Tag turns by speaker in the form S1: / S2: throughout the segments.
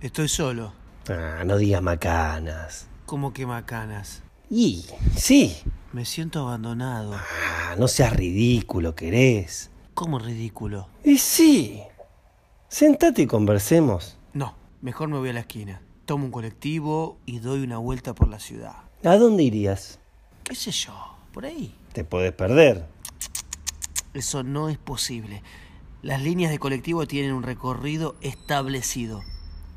S1: Estoy solo.
S2: Ah, no digas macanas.
S1: ¿Cómo que macanas?
S2: Y, sí.
S1: Me siento abandonado.
S2: Ah, no seas ridículo, querés.
S1: ¿Cómo ridículo?
S2: Y sí. Sentate y conversemos.
S1: No, mejor me voy a la esquina. Tomo un colectivo y doy una vuelta por la ciudad.
S2: ¿A dónde irías?
S1: ¿Qué sé yo? Por ahí.
S2: Te podés perder.
S1: Eso no es posible. Las líneas de colectivo tienen un recorrido establecido.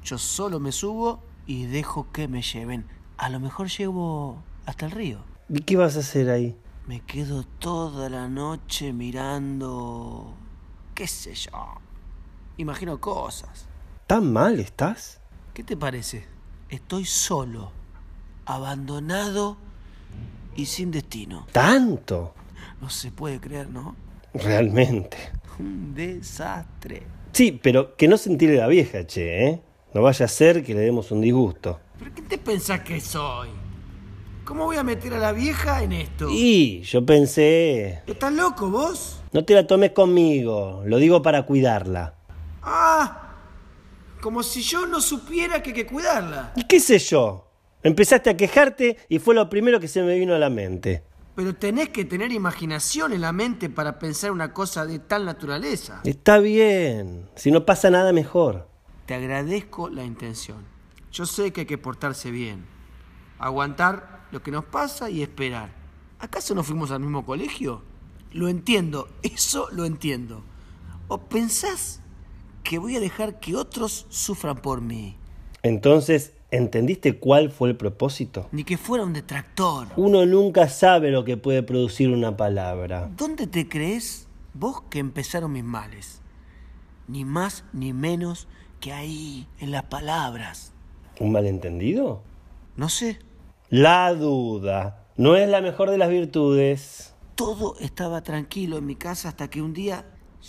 S1: Yo solo me subo y dejo que me lleven. A lo mejor llevo hasta el río.
S2: ¿Y qué vas a hacer ahí?
S1: Me quedo toda la noche mirando... qué sé yo. Imagino cosas.
S2: ¿Tan mal estás?
S1: ¿Qué te parece? Estoy solo, abandonado y sin destino.
S2: ¿Tanto?
S1: No se puede creer, ¿no?
S2: Realmente.
S1: Un desastre.
S2: Sí, pero que no se entire la vieja, che, ¿eh? No vaya a ser que le demos un disgusto.
S1: ¿Pero qué te pensás que soy? ¿Cómo voy a meter a la vieja en esto?
S2: Y yo pensé...
S1: ¿Estás loco vos?
S2: No te la tomes conmigo, lo digo para cuidarla.
S1: Ah, como si yo no supiera que hay que cuidarla.
S2: ¿Y qué sé yo? Empezaste a quejarte y fue lo primero que se me vino a la mente.
S1: Pero tenés que tener imaginación en la mente para pensar una cosa de tal naturaleza.
S2: Está bien, si no pasa nada mejor.
S1: Te agradezco la intención. Yo sé que hay que portarse bien, aguantar lo que nos pasa y esperar. ¿Acaso no fuimos al mismo colegio? Lo entiendo, eso lo entiendo. ¿O pensás que voy a dejar que otros sufran por mí?
S2: Entonces, ¿entendiste cuál fue el propósito?
S1: Ni que fuera un detractor.
S2: Uno nunca sabe lo que puede producir una palabra.
S1: ¿Dónde te crees vos que empezaron mis males? Ni más ni menos que ahí, en las palabras.
S2: ¿Un malentendido?
S1: No sé,
S2: La duda no es la mejor de las virtudes.
S1: todo estaba tranquilo en mi casa hasta que un día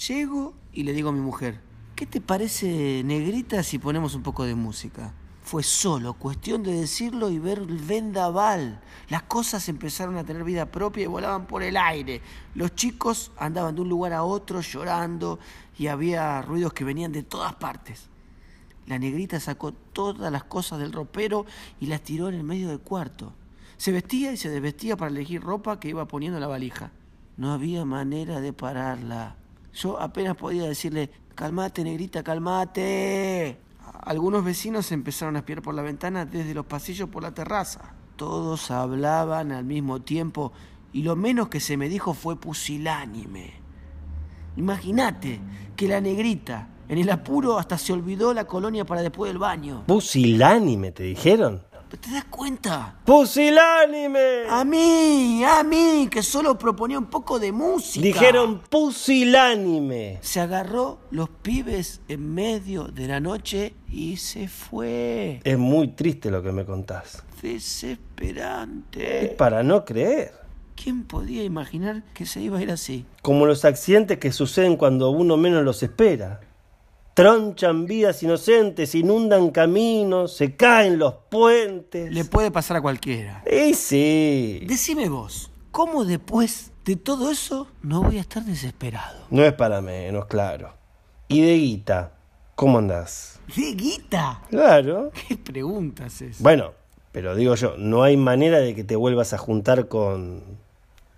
S1: llego y le digo a mi mujer, ¿qué te parece negrita si ponemos un poco de música? Fue solo cuestión de decirlo y ver el vendaval. Las cosas empezaron a tener vida propia y volaban por el aire. Los chicos andaban de un lugar a otro llorando y había ruidos que venían de todas partes. La negrita sacó todas las cosas del ropero y las tiró en el medio del cuarto. Se vestía y se desvestía para elegir ropa que iba poniendo en la valija. No había manera de pararla. Yo apenas podía decirle, calmate negrita, calmate. Algunos vecinos se empezaron a espiar por la ventana desde los pasillos por la terraza. Todos hablaban al mismo tiempo y lo menos que se me dijo fue pusilánime. Imagínate que la negrita, en el apuro, hasta se olvidó la colonia para después del baño.
S2: Pusilánime, te dijeron.
S1: ¿Te das cuenta?
S2: ¡Pusilánime!
S1: A mí, a mí, que solo proponía un poco de música.
S2: Dijeron pusilánime.
S1: Se agarró los pibes en medio de la noche y se fue.
S2: Es muy triste lo que me contás. Es
S1: Desesperante.
S2: para no creer.
S1: ¿Quién podía imaginar que se iba a ir así?
S2: Como los accidentes que suceden cuando uno menos los espera. Tronchan vidas inocentes, inundan caminos, se caen los puentes.
S1: Le puede pasar a cualquiera.
S2: Y sí,
S1: Decime vos, ¿cómo después de todo eso no voy a estar desesperado?
S2: no es para menos, claro. Y de guita, ¿cómo andás?
S1: ¡Dieguita!
S2: Claro.
S1: ¿Qué preguntas es?
S2: Bueno, pero digo yo, ¿no hay manera de que te vuelvas a juntar con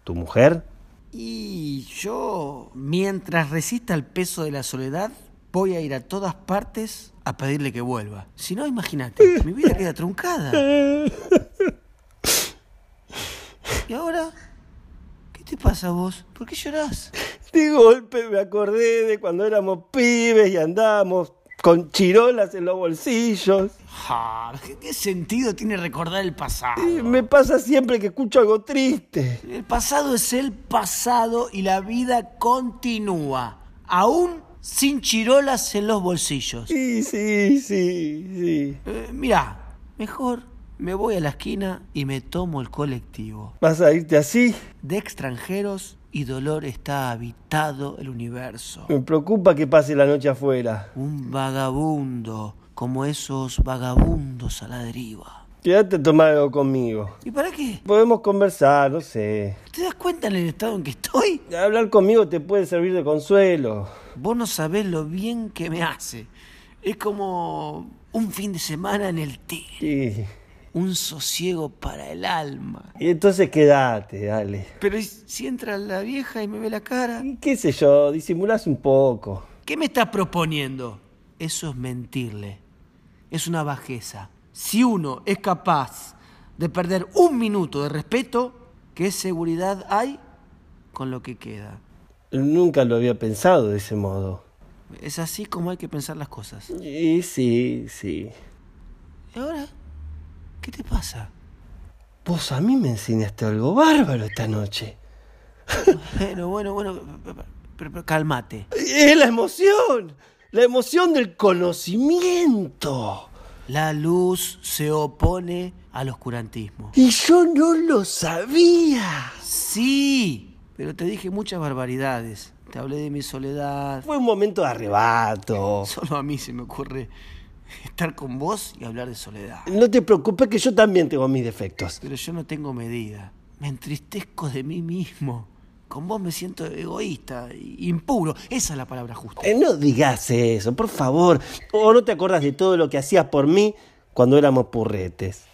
S2: tu mujer?
S1: Y yo, mientras resista el peso de la soledad, voy a ir a todas partes a pedirle que vuelva. Si no, imagínate, mi vida queda truncada. ¿Y ahora? ¿Qué te pasa a vos? ¿Por qué llorás?
S2: De golpe me acordé de cuando éramos pibes y andábamos con chirolas en los bolsillos.
S1: Ja, Ah, ¿qué- ¿Qué sentido tiene recordar el pasado?
S2: Y me pasa siempre que escucho algo triste.
S1: El pasado es el pasado y la vida continúa, aún sin chirolas en los bolsillos.
S2: Sí, sí, sí, sí.
S1: Eh, mirá, mejor me voy a la esquina y me tomo el colectivo.
S2: ¿Vas a irte así?
S1: De extranjeros y dolor está habitado el universo.
S2: Me preocupa que pase la noche afuera.
S1: Un vagabundo como esos vagabundos a la deriva.
S2: Quédate a tomar algo conmigo.
S1: ¿Y para qué?
S2: Podemos conversar, no sé.
S1: ¿Te das cuenta en el estado en que estoy?
S2: Hablar conmigo te puede servir de consuelo.
S1: Vos no sabés lo bien que me hace. Es como un fin de semana en el tigre.
S2: Sí.
S1: Un sosiego para el alma.
S2: Y entonces quédate, dale.
S1: Pero ¿y si entra la vieja y me ve la cara,
S2: Y ¿Qué sé yo? Disimulás un poco.
S1: ¿qué me está proponiendo? Eso es mentirle. Es una bajeza. Si uno es capaz de perder un minuto de respeto, ¿qué seguridad hay con lo que queda?
S2: Nunca lo había pensado de ese modo.
S1: Es así como hay que pensar las cosas.
S2: Y sí, sí.
S1: ¿Y ahora? ¿Qué te pasa?
S2: Vos a mí me enseñaste algo bárbaro esta noche.
S1: Bueno, bueno, bueno, pero, pero calmate.
S2: Es la emoción. La emoción del conocimiento.
S1: La luz se opone al oscurantismo.
S2: Y yo no lo sabía.
S1: Sí, pero te dije muchas barbaridades. Te hablé de mi soledad.
S2: Fue un momento de arrebato.
S1: Solo a mí se me ocurre estar con vos y hablar de soledad.
S2: No te preocupes que yo también tengo mis defectos.
S1: Pero yo no tengo medida. Me entristezco de mí mismo. Con vos me siento egoísta, impuro. Esa es la palabra justa.
S2: Eh, no digas eso, por favor. O no te acordás de todo lo que hacías por mí cuando éramos purretes.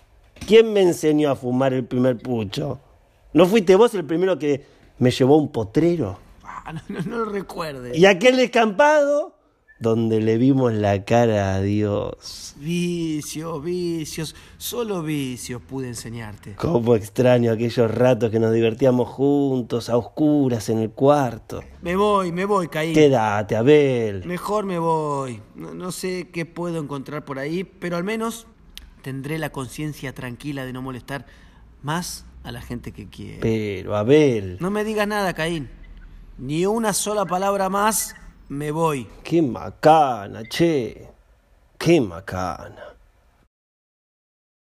S2: ¿Quién me enseñó a fumar el primer pucho? ¿No fuiste vos el primero que me llevó a un potrero?
S1: Ah, no, no- no lo recuerdes.
S2: Y aquel escampado donde le vimos la cara a Dios.
S1: Vicios, vicios, solo vicios pude enseñarte.
S2: Cómo extraño aquellos ratos que nos divertíamos juntos, a oscuras, en el cuarto.
S1: Me voy, me voy, Caín.
S2: Quédate, Abel.
S1: Mejor me voy. No, no sé qué puedo encontrar por ahí, pero al menos tendré la conciencia tranquila de no molestar más a la gente que quiere.
S2: Pero, Abel.
S1: No me digas nada, Caín. Ni una sola palabra más, me voy.
S2: Qué macana, che. Qué macana.